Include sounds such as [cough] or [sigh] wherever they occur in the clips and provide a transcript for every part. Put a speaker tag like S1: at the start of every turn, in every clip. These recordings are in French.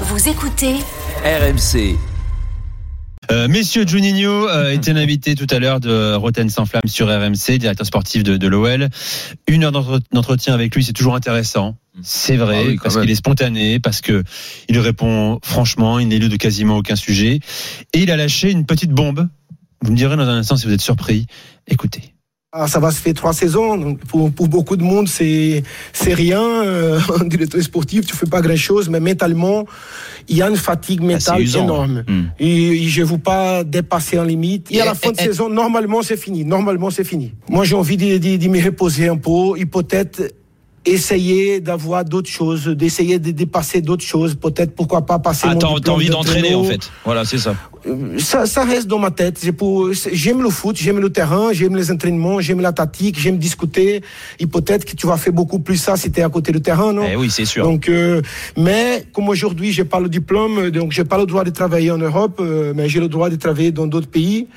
S1: Vous écoutez
S2: RMC.
S3: Euh, messieurs, Juninho euh, était l'invité tout à l'heure de Roten sans flamme sur RMC, directeur sportif de, de l'OL. Une heure d'entre- d'entretien avec lui, c'est toujours intéressant. C'est vrai,
S2: Ah oui, quand
S3: parce
S2: même.
S3: qu'il est spontané, parce que il répond franchement, il n'élude quasiment aucun sujet. Et il a lâché une petite bombe. Vous me direz dans un instant si vous êtes surpris. Écoutez.
S4: Ah, ça va se faire trois saisons. Donc, pour, pour beaucoup de monde, c'est c'est rien. Euh, [laughs] en directeur sportif, tu fais pas grand chose, mais mentalement, il y a une fatigue
S3: c'est
S5: Ah,
S4: mentale
S5: hein.
S3: usant,
S4: énorme.
S5: Hmm.
S4: Et, et je ne veux pas dépasser en limite. Et à la fin de saison, normalement, c'est fini. Normalement, c'est fini. Moi, j'ai envie de, de- de me reposer un peu et peut-être essayer d'avoir d'autres choses, d'essayer de dépasser d'autres choses. Peut-être, pourquoi pas passer mon
S5: Attends, Ah, t'as
S4: diplôme
S5: envie
S4: de
S5: d'entraîner
S4: traîneau.
S5: en fait. Voilà, c'est ça.
S4: Euh, ça, ça reste dans ma tête. J'ai pour- J'aime le foot, j'aime le terrain, j'aime les entraînements, j'aime la tactique, j'aime discuter. Et peut-être que tu vas faire beaucoup plus ça si tu es à côté du terrain, non
S5: Eh oui, c'est sûr.
S4: donc, euh, mais comme aujourd'hui, j'ai pas le diplôme, euh, donc j'ai pas le droit de travailler en Europe, euh, mais j'ai le droit de travailler dans d'autres pays.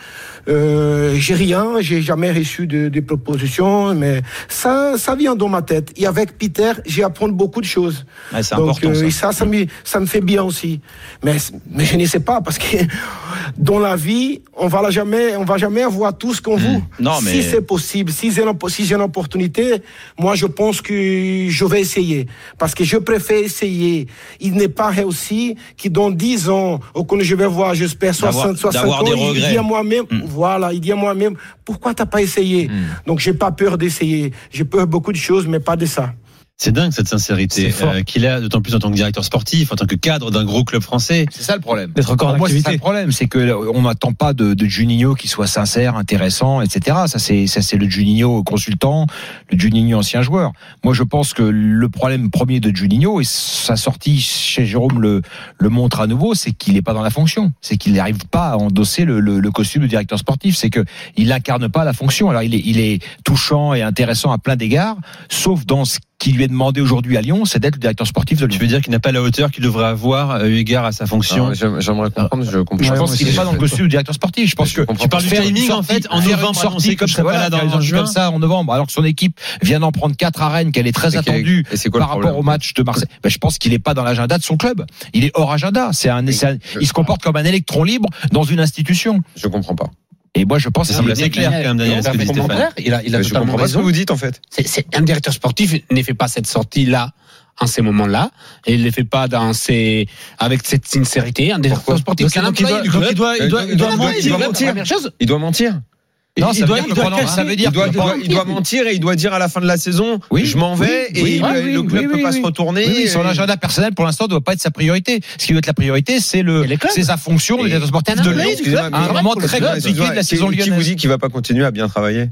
S4: Euh, j'ai rien, j'ai jamais reçu de, de propositions, mais ça, ça vient dans ma tête. Et avec Peter, j'ai appris beaucoup de choses.
S5: Ouais, c'est
S4: donc, euh,
S5: important, ça.
S4: et ça, ça me, ça me fait bien aussi. Mais, mais je ne sais pas parce que [laughs] dans la vie, on va la jamais, on va jamais avoir tout ce qu'on veut.
S5: Mm. Non, mais-
S4: Si c'est possible, si j'ai l'opp- si j'ai une opportunité, moi je pense que je vais essayer. Parce que je préfère essayer. Il n'est pas réussi que dans 10 ans, ou quand je vais voir, j'espère,
S5: D'avoir-
S4: 60, 60
S5: d'avoir
S4: ans,
S5: des
S4: il
S5: regrets. Mm.
S4: dit à moi-même, voilà, il dit à moi-même, pourquoi t'as pas essayé Donc j'ai pas peur d'essayer. J'ai peur de beaucoup de choses, mais pas de ça.
S3: C'est dingue cette sincérité
S2: C'est fort.
S3: euh, qu'il a, d'autant plus en tant que directeur sportif, en tant que cadre d'un gros club français,
S2: C'est ça le problème.
S3: d'être encore en
S2: Pour moi, c'est ça
S3: activité.
S2: le problème, c'est que là, on n'attend pas de, de Juninho qui soit sincère, intéressant, etc. Ça c'est ça c'est le Juninho consultant, le Juninho ancien joueur. Moi, je pense que le problème premier de Juninho et sa sortie chez Jérôme le le montre à nouveau, c'est qu'il n'est pas dans la fonction, c'est qu'il n'arrive pas à endosser le, le, le costume de directeur sportif, c'est que il incarne pas la fonction. Alors il est il est touchant et intéressant à plein d'égards, sauf dans ce qui lui est demandé aujourd'hui à Lyon, c'est d'être le directeur sportif de Lyon.
S3: Tu veux dire qu'il n'a pas la hauteur qu'il devrait avoir euh, eu égard à sa fonction
S6: Non, j'aime- J'aimerais
S7: Ah.
S6: comprendre, je comprends.
S2: Je
S6: pas.
S2: pense qu'il n'est pas dans le costume du directeur sportif. Je pense que
S6: Je comprends. Tu
S3: parles du
S2: faire une
S3: timing, en
S2: sortie-
S3: fait, en
S2: faire une
S3: novembre,
S2: sortie
S3: annoncée comme ça,
S2: voilà,
S3: voilà, dans-
S2: faire une sortie
S3: en juin.
S2: comme ça en novembre, alors que son équipe vient d'en prendre quatre à Rennes, qu'elle est très
S6: Et quel-
S2: attendue
S6: et c'est quoi le
S2: par rapport
S6: problème
S2: au match de Marseille. Ben, je pense qu'il n'est pas dans l'agenda de son club. Il est hors agenda. C'est un, c'est un- il se comporte comme un électron libre dans une institution.
S6: Je comprends pas.
S2: Et moi, je pense
S3: Ça
S2: que
S3: semble
S2: c'est
S3: assez clair
S2: clair.
S3: quand même, Daniel, ce que dit Stéphane.
S7: Il a, il a
S6: Je
S7: totalement
S6: comprends pas ce que
S7: raison.
S6: vous dites en fait.
S7: C'est- c'est- un directeur sportif ne fait pas cette sortie-là en ces moments-là. Et il ne le fait pas dans ces, avec cette sincérité. Un directeur
S6: Pourquoi
S7: sportif, c'est un
S3: Donc il doit-
S7: employé du
S3: donc
S7: club.
S3: il doit- il doit- il doit
S7: Un employé
S3: mentir.
S7: du
S6: il doit
S7: club,
S6: mentir.
S7: première chose.
S6: Il doit mentir.
S2: Non, ça
S3: Il
S2: veut
S3: doit-
S2: dire
S3: il
S2: que
S3: doit
S2: pendant- ça
S3: cacher.
S2: veut
S6: Il
S2: dire
S6: doit,
S2: que
S6: il doit- il doit mentir et il doit dire à la fin de la saison,
S2: Oui.
S6: je m'en vais
S2: Oui,
S6: et
S2: oui,
S6: le-
S2: oui,
S6: le club
S2: oui,
S6: ne peut
S2: oui,
S6: pas
S2: oui.
S6: se retourner.
S2: Oui, oui, son
S6: Et-
S2: agenda personnel pour l'instant ne doit pas être sa priorité. Ce qui doit être la priorité, c'est le,
S7: Et les clubs.
S2: c'est sa fonction de
S6: Et-
S2: directeur sportif
S3: Ah
S7: T'as
S2: de
S7: un
S2: Lyon.
S6: Non,
S7: employé
S6: excusez-moi,
S7: club,
S6: mais-
S2: À un moment très
S6: excusez-moi,
S2: compliqué de la saison
S6: qui vous
S2: lyonnaise.
S6: dit qu'il va pas continuer à bien travailler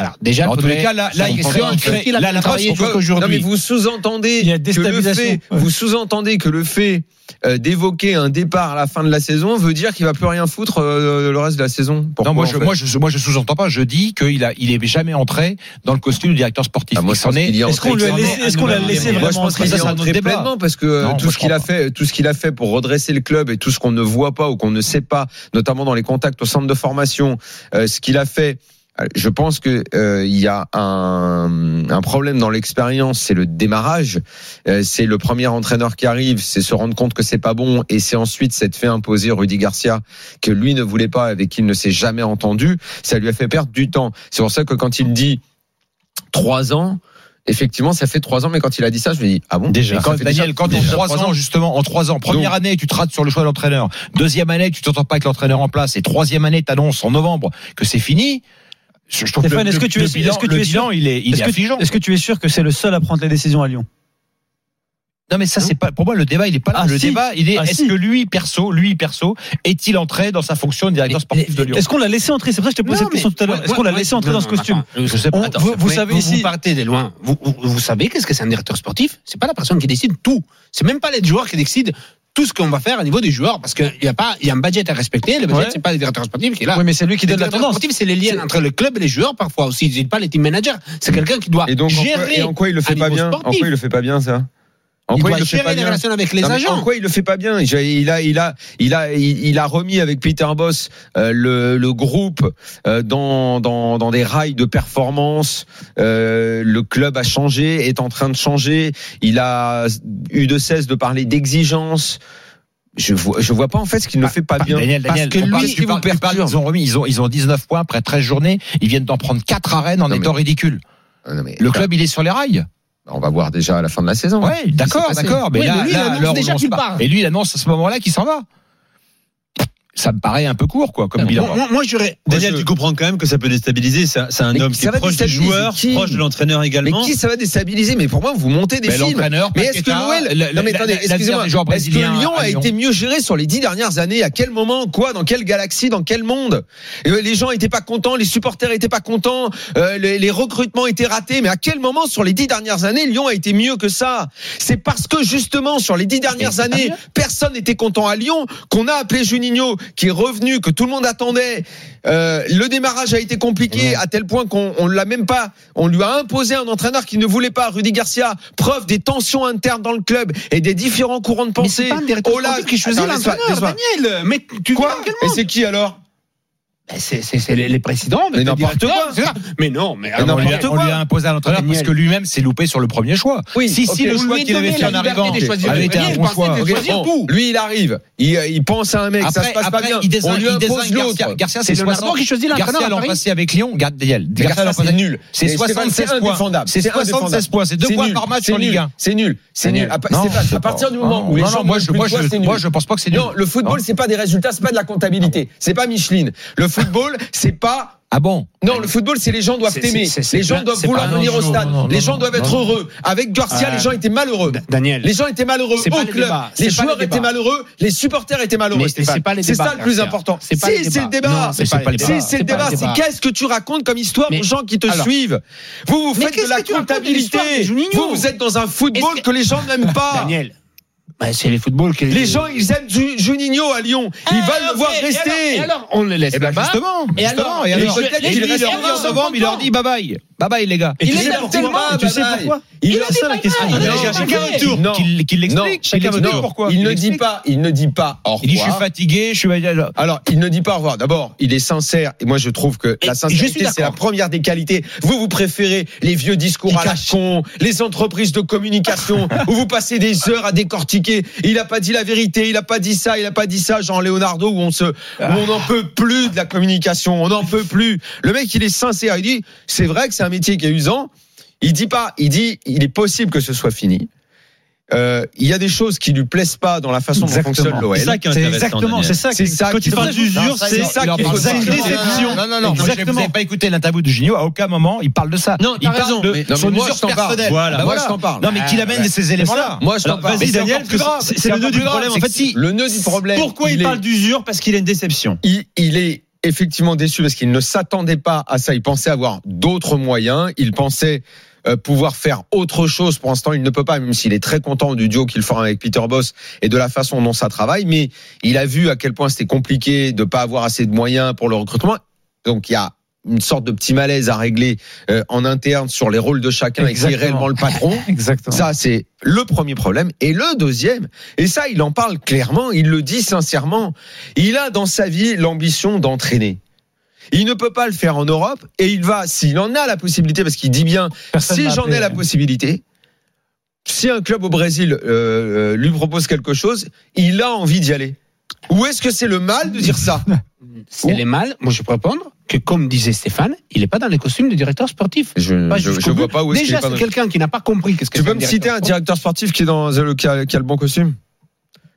S7: Alors, déjà,
S2: En tous
S7: faudrait-
S2: les cas, là, là, il
S7: faudrait
S2: crée-
S7: en
S2: il crée-
S7: fait,
S2: là, la trace
S7: travailler
S2: qu'on voit
S6: que- Non, mais
S2: qu'aujourd'hui.
S6: vous sous-entendez
S5: Il y a
S6: que le
S5: déstabilisation.
S6: fait, vous sous-entendez que le fait euh, d'évoquer un départ à la fin de la saison veut dire qu'il va plus rien foutre euh, le reste de la saison. Pourquoi,
S2: non, moi
S6: en
S2: je,
S6: fait
S2: moi, je, moi, je sous-entends pas. Je dis qu'il a, il est jamais entré dans le costume du directeur sportif.
S6: Ah, moi, je
S2: Il s'en
S6: pense
S2: est-
S6: qu'il y a
S5: Est-ce qu'on
S6: entré
S5: l'a laissé,
S2: clairement
S5: est-ce qu'on
S2: un
S5: l'a
S2: nouvel
S5: laissé
S2: élément.
S6: Moi,
S5: vraiment
S6: je pense
S2: entrer,
S6: qu'il
S2: ça,
S6: est
S2: c'est un autre
S6: entré
S2: débat.
S6: pleinement parce que euh,
S2: Non,
S6: tout
S2: moi,
S6: ce
S2: je
S6: qu'il a
S2: crois
S6: fait, tout ce qu'il a fait pour redresser le club et tout ce qu'on ne voit pas ou qu'on ne sait pas, notamment dans les contacts au centre de formation, euh, ce qu'il a fait. euh, Je pense que euh, il y a un, un problème dans l'expérience, c'est le démarrage, Euh, c'est le premier entraîneur qui arrive, c'est se rendre compte que c'est pas bon, et c'est ensuite cette fait imposer Rudy Garcia que lui ne voulait pas, avec qui il ne s'est jamais entendu, ça lui a fait perdre du temps. C'est pour ça que quand il dit trois ans, effectivement, ça fait trois ans, mais quand il a dit ça, je me dis ah bon
S2: Déjà.
S6: Ça
S2: Quand,
S6: fait
S2: Daniel,
S6: déjà-
S2: quand en
S6: déjà
S2: trois ans, justement, en trois ans, première
S6: Donc-
S2: année, tu te rates sur le choix de l'entraîneur. Deuxième année, tu t'entends pas avec l'entraîneur en place. Et troisième année, t'annonces en novembre que c'est fini. Je, je trouve
S5: Stéphane,
S2: le-
S5: est-ce que tu
S2: le
S5: es-
S2: bilan-
S5: est-ce que
S2: le
S5: tu es
S2: bilan, il est, il est,
S5: Est-ce que,
S2: affligeant.
S5: est-ce que tu es sûr que c'est le seul à prendre les décisions à Lyon
S2: Non mais ça c'est pas pour moi le débat il est pas là.
S3: Ah,
S2: le
S3: si.
S2: débat il est
S3: Ah,
S2: est-ce
S3: si.
S2: que lui perso lui perso est-il entré dans sa fonction de directeur sportif de Lyon
S3: Est-ce qu'on l'a laissé entrer C'est pour ça que je te pose cette question tout à l'heure. Est-ce qu'on l'a laissé entrer dans ce costume
S2: Je sais pas,
S3: On-
S2: attends,
S3: Vous vous
S7: Mais
S3: savez
S7: vous,
S3: ici.
S7: vous partez de loin. Vous, vous, vous savez qu'est-ce que c'est un directeur sportif C'est pas la personne qui décide tout. C'est même pas les joueurs qui décident tout ce qu'on va faire au niveau des joueurs parce qu'il y a pas, il y a un budget à respecter. Le budget
S3: Ouais.
S7: c'est pas le directeur sportif qui est là.
S3: Oui, mais c'est lui qui
S7: Le
S3: donne la
S7: directeur
S3: tendance.
S7: sportif, c'est les liens entre le club et les joueurs parfois aussi. Ils disent pas les team managers.
S6: Mm.
S7: C'est quelqu'un qui doit
S6: Et donc, en quoi,
S7: gérer.
S6: et en quoi il le
S7: à
S6: fait pas
S7: niveau
S6: bien En
S7: sportif.
S6: quoi il le fait pas bien ça En
S7: il
S6: quoi
S7: doit
S6: le fait
S7: gérer
S6: pas
S7: les
S6: bien
S7: relations avec les
S6: Non, mais En
S7: agents.
S6: quoi il le fait pas bien J'ai- Il a, il a, il a, il, il a remis avec Peter Boss euh, le, le groupe euh, dans, dans dans des rails de performance. Euh, le club a changé, est en train de changer. Il a eu de cesse de parler d'exigence. Je vois, je vois pas en fait ce qu'il ne
S3: Bah,
S6: fait pas bien.
S2: Daniel,
S6: Parce
S2: Daniel,
S6: que
S2: on
S6: lui,
S2: parle-
S6: il
S2: tu
S6: vous
S2: parles- tu parles-
S6: perturbe.
S2: ils ont remis, ils ont, ils ont 19 points après 13 journées. Ils viennent d'en prendre 4 à Rennes en
S6: Non, mais-
S2: étant ridicules.
S6: Ah, non, mais
S2: Le club, il est sur les rails.
S6: on va voir déjà à la fin de la saison. hein,
S2: Ouais, d'accord,
S6: passé.
S2: d'accord. Mais
S7: Oui,
S2: là,
S7: mais lui, il
S2: là,
S7: annonce
S2: l'heure où
S7: déjà
S2: on se
S7: qu'il
S2: parle.
S7: part.
S2: Et lui, il annonce à ce moment-là qu'il s'en va. Ça me paraît un peu court, quoi, comme bilan.
S7: Moi, moi, moi, j'aurais.
S3: Daniel,
S6: je-
S3: tu comprends quand même que ça peut déstabiliser. C'est un- c'est un
S6: Mais
S3: homme
S6: ça
S3: qui est
S6: va
S3: proche des
S6: déstabiliser
S3: joueurs,
S6: qui
S3: proche de l'entraîneur
S6: Mais
S3: également.
S6: qui ça va déstabiliser Mais pour moi, vous montez des
S2: Mais
S6: films.
S2: l'entraîneur,
S6: Mais est-ce que
S2: Paqueta,
S6: Noël,
S2: la- la-
S6: non mais
S2: la-
S6: attendez,
S2: l'avenir
S6: excusez-moi,
S2: des joueurs
S6: est-ce que
S2: brésiliens
S6: Lyon
S2: à
S6: a
S2: Lyon
S6: été mieux géré sur les dix dernières années À quel moment Quoi Dans quelle galaxie Dans quel monde Et, euh, Les gens étaient pas contents, les supporters étaient pas contents, euh, les, les recrutements étaient ratés. Mais à quel moment sur les dix dernières années, Lyon a été mieux que ça C'est parce que justement sur les dix dernières années, personne n'était content à Lyon qu'on a appelé Juninho, qui est revenu, que tout le monde attendait. Euh, le démarrage a été compliqué à tel point qu'on on l'a même pas. On lui a imposé un entraîneur qui ne voulait pas, Rudy Garcia. Preuve des tensions internes dans le club et des différents courants de
S7: Mais c'est
S6: pensée.
S7: pas un directeur
S6: Ola-
S7: sportif qui choisit
S6: Attends, laisse-moi,
S7: l'entraîneur,
S6: laisse-moi.
S7: Daniel. Mais tu vois
S6: Quoi
S7: dans quel
S6: Et
S7: monde
S6: c'est qui alors
S7: Ben, C'est c'est- c'est les les présidents,
S6: Mais
S7: les
S6: n'importe
S7: directeurs,
S6: quoi.
S7: c'est ça. Mais non, mais
S2: Alors, on,
S7: alors,
S2: lui a,
S6: Ah, n'importe
S2: on lui a
S6: quoi.
S2: imposé à l'entraîneur parce
S7: Daniel.
S2: que lui-même s'est loupé sur le premier choix.
S6: Oui,
S2: si, si,
S6: ok.
S2: le
S6: Vous
S2: choix
S6: lui
S2: qu'il avait
S6: donnez
S2: fait
S6: la
S2: en
S7: liberté
S2: arrivant
S7: de choisir.
S2: avait été un
S7: Daniel,
S2: bon
S7: partez
S2: choix.
S7: de- choisir
S6: Bon,
S7: tout.
S6: lui, il arrive. Il, il pense à un
S3: Ah,
S6: mec, ça se passe pas bien.
S2: il désigne,
S6: on lui
S2: il
S6: impose
S2: désigne Garcia.
S6: l'autre.
S2: Garcia, c'est
S7: c'est Leonardo
S2: 60.
S7: qui choisit
S2: Garcia
S7: l'entraîneur. à
S2: l'an
S7: Paris.
S2: passé avec Lyon, garde Daniel.
S6: Mais
S2: Garcia, l'an
S6: Garcia,
S2: passé-
S6: c'est nul.
S2: C'est
S6: Et Stéphane,
S2: 76
S6: c'est
S2: points.
S6: indéfendable.
S2: C'est 76 points. C'est deux
S6: C'est
S2: points
S6: nul.
S2: par match
S6: C'est
S2: en
S6: nul.
S2: Ligue 1.
S6: C'est nul. C'est nul. À, pa-
S2: Non,
S6: Stéphane,
S2: c'est
S6: à partir
S2: pas-
S6: du moment
S2: non,
S6: où les
S2: non,
S6: gens
S2: non, moi,
S6: ne
S2: je,
S6: plus
S2: moi,
S6: de toi,
S2: je,
S6: c'est nul.
S2: moi, je pense pas que c'est nul.
S6: Non, le football, c'est pas des résultats, c'est pas de la comptabilité, c'est pas Micheline. Le football, c'est pas
S2: Ah bon?
S6: non, le football, c'est les gens doivent
S7: C'est-
S6: t'aimer.
S7: c'est- c'est-
S6: Les gens
S7: c'est-
S6: doivent
S7: c'est
S6: vouloir
S2: pas-
S6: venir
S2: non,
S6: au
S2: non,
S6: stade.
S2: non, non,
S6: les
S2: non,
S6: gens
S2: non,
S6: doivent
S2: non,
S6: être
S2: non.
S6: heureux. Avec Garcia,
S7: Euh,
S6: les gens étaient malheureux.
S7: Da- Daniel.
S6: Les gens étaient malheureux
S7: C'est pas
S6: au
S7: le
S6: club.
S7: débat, c'est
S6: Les
S7: pas le
S6: joueurs étaient
S7: débat.
S6: malheureux. Les supporters étaient malheureux.
S7: Mais c'est-
S6: Stéphane.
S7: c'est pas les
S6: C'est
S7: débats,
S6: ça le plus
S7: Garcia.
S6: important.
S7: C'est pas
S6: Si,
S7: les
S6: c'est
S7: débats.
S6: le débat.
S7: Non, c'est pas le
S6: Si,
S7: débat.
S6: c'est le
S7: C'est pas
S6: débat.
S7: le
S6: C'est
S7: débat.
S6: qu'est-ce que tu racontes comme histoire aux
S7: Mais-
S6: gens qui te
S7: alors-
S6: suivent. Vous, vous
S7: Mais
S6: faites de
S7: qu'est-ce
S6: la
S7: que tu racontes de l'histoire de
S6: comptabilité.
S7: Juninho
S6: Vous, vous êtes dans un football
S7: Est-ce
S6: que les gens n'aiment pas.
S7: Daniel. Ben, c'est les footballs qui
S6: Les gens, ils aiment Ju- Juninho à Lyon. Ils
S7: Ah,
S6: veulent
S7: ok,
S6: le voir
S7: et alors-
S6: rester.
S7: Et alors, on les laisse
S2: Eh ben
S7: là-bas.
S2: justement,
S7: Et
S2: justement,
S7: alors
S2: et
S7: Et
S2: alors,
S7: je- et
S2: il
S7: je-
S2: reste
S7: et
S2: revenu en
S7: alors,
S2: novembre, il leur dit bye bye, bye bye les gars.
S3: Et tu
S7: Il est
S3: sais
S7: là
S3: pourquoi
S7: tellement,
S3: Tu sais
S6: Banaï.
S3: pourquoi
S6: Il
S7: Il
S6: leur-
S7: est là,
S6: la
S7: il
S6: question.
S7: est
S6: Non,
S7: là, il est là.
S3: chacun votre tour.
S6: Non.
S2: Qu'il qu'il
S6: Non,
S2: l'explique, qu'il
S6: chacun
S2: explique
S6: non,
S2: pourquoi.
S6: Il ne dit
S2: l'explique.
S6: pas, il ne dit pas au revoir.
S2: Il dit je suis fatigué, je suis
S6: Euh, Alors, il ne dit pas au revoir. D'abord, il est sincère. Et moi, je trouve que la
S7: Et- je suis
S6: sincérité,
S7: d'accord.
S6: c'est la première des qualités. Vous, vous préférez les vieux discours à la con, les entreprises de
S7: [laughs]
S6: communication, où vous passez des heures à décortiquer. Il n'a pas dit la vérité, il n'a pas dit ça, il n'a pas dit ça, genre Leonardo, où on se, où on n'en peut plus de la communication, on n'en peut plus. Le mec, il est sincère. Il dit, c'est vrai que c'est un métier qui est usant. Il dit pas, il dit, il est possible que ce soit fini. Euh, il y a des choses qui lui plaisent pas dans la façon dont
S2: Exactement.
S6: fonctionne l'OL.
S3: C'est ça qui est
S2: C'est
S3: intéressant.
S2: exactement,
S3: Daniel.
S2: c'est ça
S6: qui-
S3: Quand tu
S6: Non,
S3: parles
S6: ça,
S3: d'usure, c'est
S6: ça
S3: une
S6: qu'il faut savoir.
S3: déception.
S2: Non non non, moi, je- vous
S3: Exactement.
S2: n'avez pas écouté l'interview de Gigno, à aucun moment il parle de ça.
S6: Non, t'as
S2: il parle
S6: raison,
S2: de
S6: mais- non,
S2: son
S6: mais moi,
S2: usure
S6: je t'en parle.
S2: personnelle.
S3: Voilà.
S2: Bah
S6: Moi, je t'en parle.
S2: Non mais qu'il amène ces éléments-là.
S6: Moi, je t'en
S3: Alors,
S6: parle.
S3: Vas-y,
S2: c'est
S3: Daniel,
S2: encore
S3: parce
S2: plus
S3: que
S2: grave.
S3: c'est-
S2: C'est
S3: c'est le
S2: encore
S3: nœud du
S2: plus grave,
S3: problème. En
S2: c'est
S3: fait,
S2: que si-
S6: Le nœud du problème.
S3: Pourquoi il parle
S6: est,
S3: d'usure Parce qu'il a une déception.
S6: il, il est effectivement déçu parce qu'il ne s'attendait pas à ça. Il pensait avoir d'autres moyens. Il pensait euh, pouvoir faire autre chose. Pour l'instant, il ne peut pas, même s'il est très content du duo qu'il fera avec Peter Boss et de la façon dont ça travaille. Mais il a vu à quel point c'était compliqué de pas avoir assez de moyens pour le recrutement. Donc, il y a une sorte de petit malaise à régler euh, en interne sur les rôles de chacun et qui est
S2: Exactement.
S6: réellement le patron.
S2: [laughs] Exactement.
S6: Ça, c'est le premier problème. Et le deuxième, et ça, il en parle clairement, il le dit sincèrement, il a dans sa vie l'ambition d'entraîner. Il ne peut pas le faire en Europe et il va, s'il en a la possibilité, parce qu'il dit bien, si j'en ai la possibilité, si un club au Brésil euh, euh, lui propose quelque chose, il a envie d'y aller. Ou est-ce que c'est le mal de dire [laughs] ça
S7: C'est les mal. Moi, je peux répondre que, comme disait Stéphane, il n'est pas dans les costumes du directeur sportif.
S6: Euh, Je
S7: Pas
S6: ne
S7: jusqu'au
S6: vois
S7: bout.
S6: pas où est-ce qu'il
S7: Déjà,
S6: est pas
S7: c'est
S6: dans-
S7: quelqu'un qui n'a pas compris qu'est-ce que
S6: Tu
S7: c'est
S6: peux me citer un
S7: directeur
S6: directeur sportif qui est dans qui a- qui a le bon costume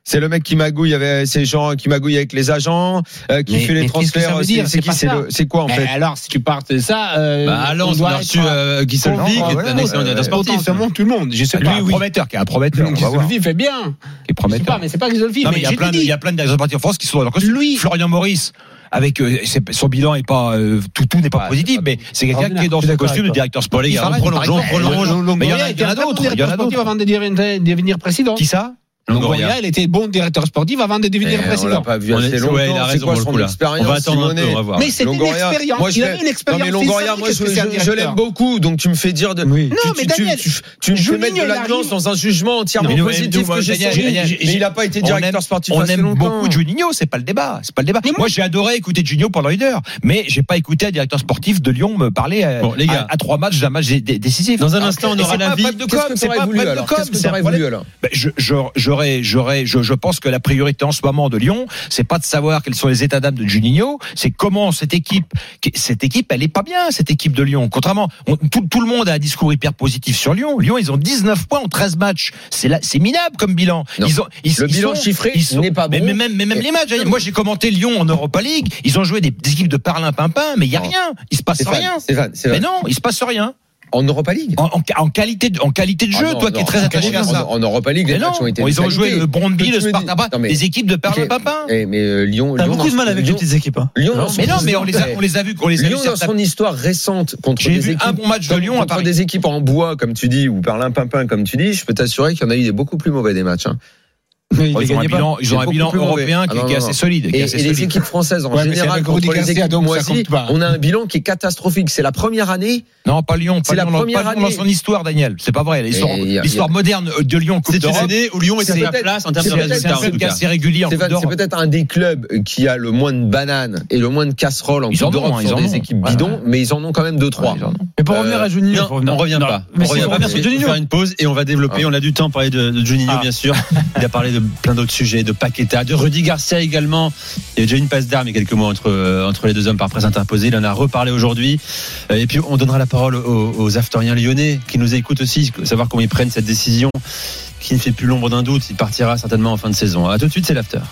S3: C'est le mec qui magouille avec ces gens, qui magouille avec les agents, euh, qui
S6: Mais-
S3: fait les
S6: mais qu'est-ce que ça
S3: transferts.
S6: veut
S3: C'est
S6: dire
S3: c'est
S6: C'est
S3: qui
S6: pas
S3: C'est
S6: ça.
S3: le- c'est quoi en
S6: Mais
S3: fait
S6: alors, si tu partes de ça, euh,
S8: Bah, à Lens,
S6: on
S8: on
S6: doit
S8: a reçu
S6: être,
S8: euh, Guy
S6: on-
S8: Solvig, qui est
S3: voilà,
S8: un excellent directeur sportif.
S6: potentiellement tout le monde. Je sais
S2: Lui,
S6: pas.
S2: oui. prometteur, qui est un prometteur. on va voir.
S6: Gisolfi fait bien.
S2: Qui est
S6: Je sais
S2: prometteur.
S6: pas, mais c'est pas Gisolfi.
S2: Non,
S6: Mais
S2: mais il y a
S6: je
S2: plein
S6: te
S2: de, il y
S6: dis,
S2: a plein de directeurs sportifs en France qui sont dans leur costume.
S6: Lui-
S2: Florian Maurice, avec euh, c'est- son bilan est pas euh, tout, tout n'est pas
S3: Ouais,
S2: positif, mais c'est quelqu'un
S6: Ordinaire.
S2: qui est dans
S3: Je suis
S2: son
S3: d'accord
S2: costume
S3: avec
S2: de
S3: toi.
S2: directeur sportif.
S8: les gars,
S2: Arrête,
S8: on prolonge,
S2: arrête,
S8: on
S2: arrête.
S8: prolonge.
S2: Mais il y en
S6: Longoria
S2: a- il y
S6: était
S2: en a
S6: un très bon
S2: d'autres. Il y en
S6: directeur
S2: a
S6: sportif
S2: d'autres.
S6: avant de devenir- devenir président.
S2: Qui ça
S8: Longoria.
S6: Longoria, il était bon directeur sportif avant de
S3: Mais
S6: devenir
S3: On
S6: président.
S3: l'a pas vu
S8: On
S3: assez
S8: est-
S3: longtemps.
S8: ouais, il a
S3: c'est
S8: raison
S3: quoi
S8: pour le
S3: son
S8: coup, là.
S3: expérience
S8: On va attendre un peu,
S3: Simonet
S8: on va voir.
S6: Mais c'était une
S3: Longoria,
S6: expérience.
S3: moi, je
S6: il
S3: l'ai-
S6: avait une
S3: Non,
S6: expérience.
S3: mais
S6: Il
S3: Longoria,
S6: savait
S3: moi,
S6: qu'est-ce
S3: je,
S6: que c'est un
S3: je- je
S6: directeur.
S3: l'aime beaucoup, donc tu me fais dire de.
S6: Non,
S3: tu, tu-
S6: mais Daniel,
S3: tu, tu- tu me fais
S6: Juninho,
S3: mettre de
S6: il
S3: la
S6: arrive-
S3: nuance dans un jugement entièrement
S2: Mais nous,
S3: positif
S2: nous,
S3: que j'ai
S2: Daniel,
S3: sur lui.
S2: Daniel,
S3: Mais
S2: j'ai-
S3: il n'a pas été
S2: On
S3: directeur
S2: aime-
S3: sportif
S2: On
S3: assez
S2: aime
S3: longtemps.
S2: beaucoup Juninho, c'est pas le débat, c'est pas le débat. Moi, j'ai adoré écouter Juninho pendant une heure, mais j'ai pas écouté un directeur sportif de Lyon me parler euh,
S8: Bon, les gars.
S2: à, à trois matchs d'un match dé- dé- décisif.
S8: Dans un
S2: Ah,
S8: instant, on
S2: et
S8: aura
S2: c'est pas un
S8: l'avis.
S2: problème de com,
S3: Qu'est-ce que
S2: c'est
S3: t'aurais
S2: pas un
S3: voulu,
S2: problème de
S3: alors
S2: com,
S3: Qu'est-ce que
S2: c'est un
S3: t'aurais
S2: problème-
S3: voulu, alors
S2: Ben, je, je, j'aurais, j'aurais, je, je pense que la priorité en ce moment de Lyon, c'est pas de savoir quels sont les états d'âme de Juninho, c'est comment cette équipe, qui- cette équipe, elle est pas bien, cette équipe de Lyon. Contrairement, on- tout, tout le monde a un discours hyper positif sur Lyon. Lyon, ils ont 19 points en 13 matchs. C'est là, c'est minable comme bilan.
S3: Non.
S2: Ils ont, ils,
S3: Le
S2: ils
S3: bilan
S2: sont-
S3: chiffré
S2: ils sont-
S3: n'est pas
S2: mais,
S3: bon.
S2: mais même, mais même
S3: Et-
S2: les matchs. Moi, j'ai commenté Lyon en Europa League. Ils ont joué des, des équipes de parlin pimpin, mais il y a
S3: Non.
S2: rien. Il se passe
S3: Stéphane,
S2: rien.
S3: Stéphane, c'est
S2: Mais
S3: vrai.
S2: non, il se passe rien.
S3: En Europa League
S2: En, en- en qualité, de, en qualité de
S3: Ah
S2: jeu,
S3: non,
S2: toi qui
S3: non,
S2: es très
S3: en-
S2: attaché à
S3: en-
S2: ça.
S3: En Europa League, les
S2: Mais non,
S3: matchs ont été.
S2: ils ont
S3: de
S2: joué
S3: qualité.
S2: le
S3: Que
S2: Brondby,
S3: tu
S2: le
S3: me dis-
S2: Sparta,
S3: Non, mais-
S2: des équipes de perles
S3: Ok,
S2: papin.
S3: eh, mais euh, Lyon,
S9: T'as
S3: Lyon
S9: beaucoup
S3: dans
S9: de mal
S3: son-
S9: avec les
S3: Lyon-
S9: petites équipes. hein.
S3: Lyon, dans son
S2: Mais non, mais on
S3: histoire-
S2: les a, on les a vus, on les a
S3: Lyon
S2: vus.
S3: dans
S2: certains-
S3: son histoire récente contre
S2: J'ai
S3: des
S2: vu
S3: équipes
S2: un bon match de
S3: contre-
S2: Lyon à
S3: contre
S2: Paris.
S3: des équipes en bois comme tu dis ou perlin pimpin comme tu dis, je peux t'assurer qu'il y en a eu des beaucoup plus mauvais des matchs. hein.
S6: Mais il
S2: Ils
S6: les
S2: ont un
S6: gagnait pas.
S2: bilan, ils ont
S3: C'est
S2: un bilan
S3: beaucoup plus
S2: européen qui,
S3: mauvais.
S2: qui est
S3: Ah non,
S2: assez
S3: non.
S2: solide. qui
S3: Et,
S2: est
S3: et
S2: assez
S3: les
S2: solide.
S3: équipes françaises en
S6: Ouais, mais c'est
S3: général
S6: avec
S3: contre
S6: Rudi
S3: les
S6: Garcia,
S3: équipes
S6: donc ça
S3: moisies,
S6: compte
S2: hein.
S6: pas.
S3: on a un bilan qui est catastrophique. C'est la première année.
S2: Non, pas Lyon, pas
S3: C'est la
S2: Lyon, dans-
S3: première
S2: pas Lyon dans
S3: année.
S2: son histoire, Daniel. C'est pas vrai. L'histoire
S3: Et il y a-
S2: l'histoire
S3: il y
S2: moderne euh, de Lyon Coupe
S8: C'est une
S2: d'Europe,
S8: année où Lyon est
S2: C'est
S8: à sa
S3: peut-être-
S8: place en termes de
S3: c'est peut-être
S2: c'est
S8: résultats.
S2: un
S8: en tout
S2: seul
S8: cas.
S2: cas
S9: hein.
S2: assez régulier en Coupe
S3: Stéphane, C'est
S2: d'Europe.
S3: peut-être un des clubs qui a le moins de bananes et le moins de casseroles en
S2: Ils en
S3: Coupe
S2: ont, hein,
S3: d'Europe
S2: ils
S3: sur
S2: en
S3: des
S2: ont.
S3: équipes
S2: Ouais,
S3: bidons, mais ils en ont quand même deux trois.
S2: Ouais, ils en ont.
S9: Mais pour
S3: Euh,
S9: revenir à Juninho,
S8: Non,
S9: pour revenir-
S8: on revient pas.
S9: mais
S8: On
S9: si,
S8: revient
S9: on
S8: pas.
S9: revient
S8: parce que
S9: sur
S8: On va
S9: Juninho. Ah.
S8: faire une pause et on va développer. On a du temps pour parler de, de Juninho,
S9: [laughs]
S8: bien sûr. Il a parlé de plein d'autres sujets, de Paqueta, de Rudy Garcia également. Il y a déjà eu une passe d'armes il y a quelques mois entre, euh, entre les deux hommes par presse interposée. Il en a reparlé aujourd'hui. Euh, Et puis, on donnera la parole aux, aux afteriens lyonnais qui nous écoutent aussi, savoir comment ils prennent cette décision qui ne fait plus l'ombre d'un doute. Il partira certainement en fin de saison. À tout de suite, c'est l'after.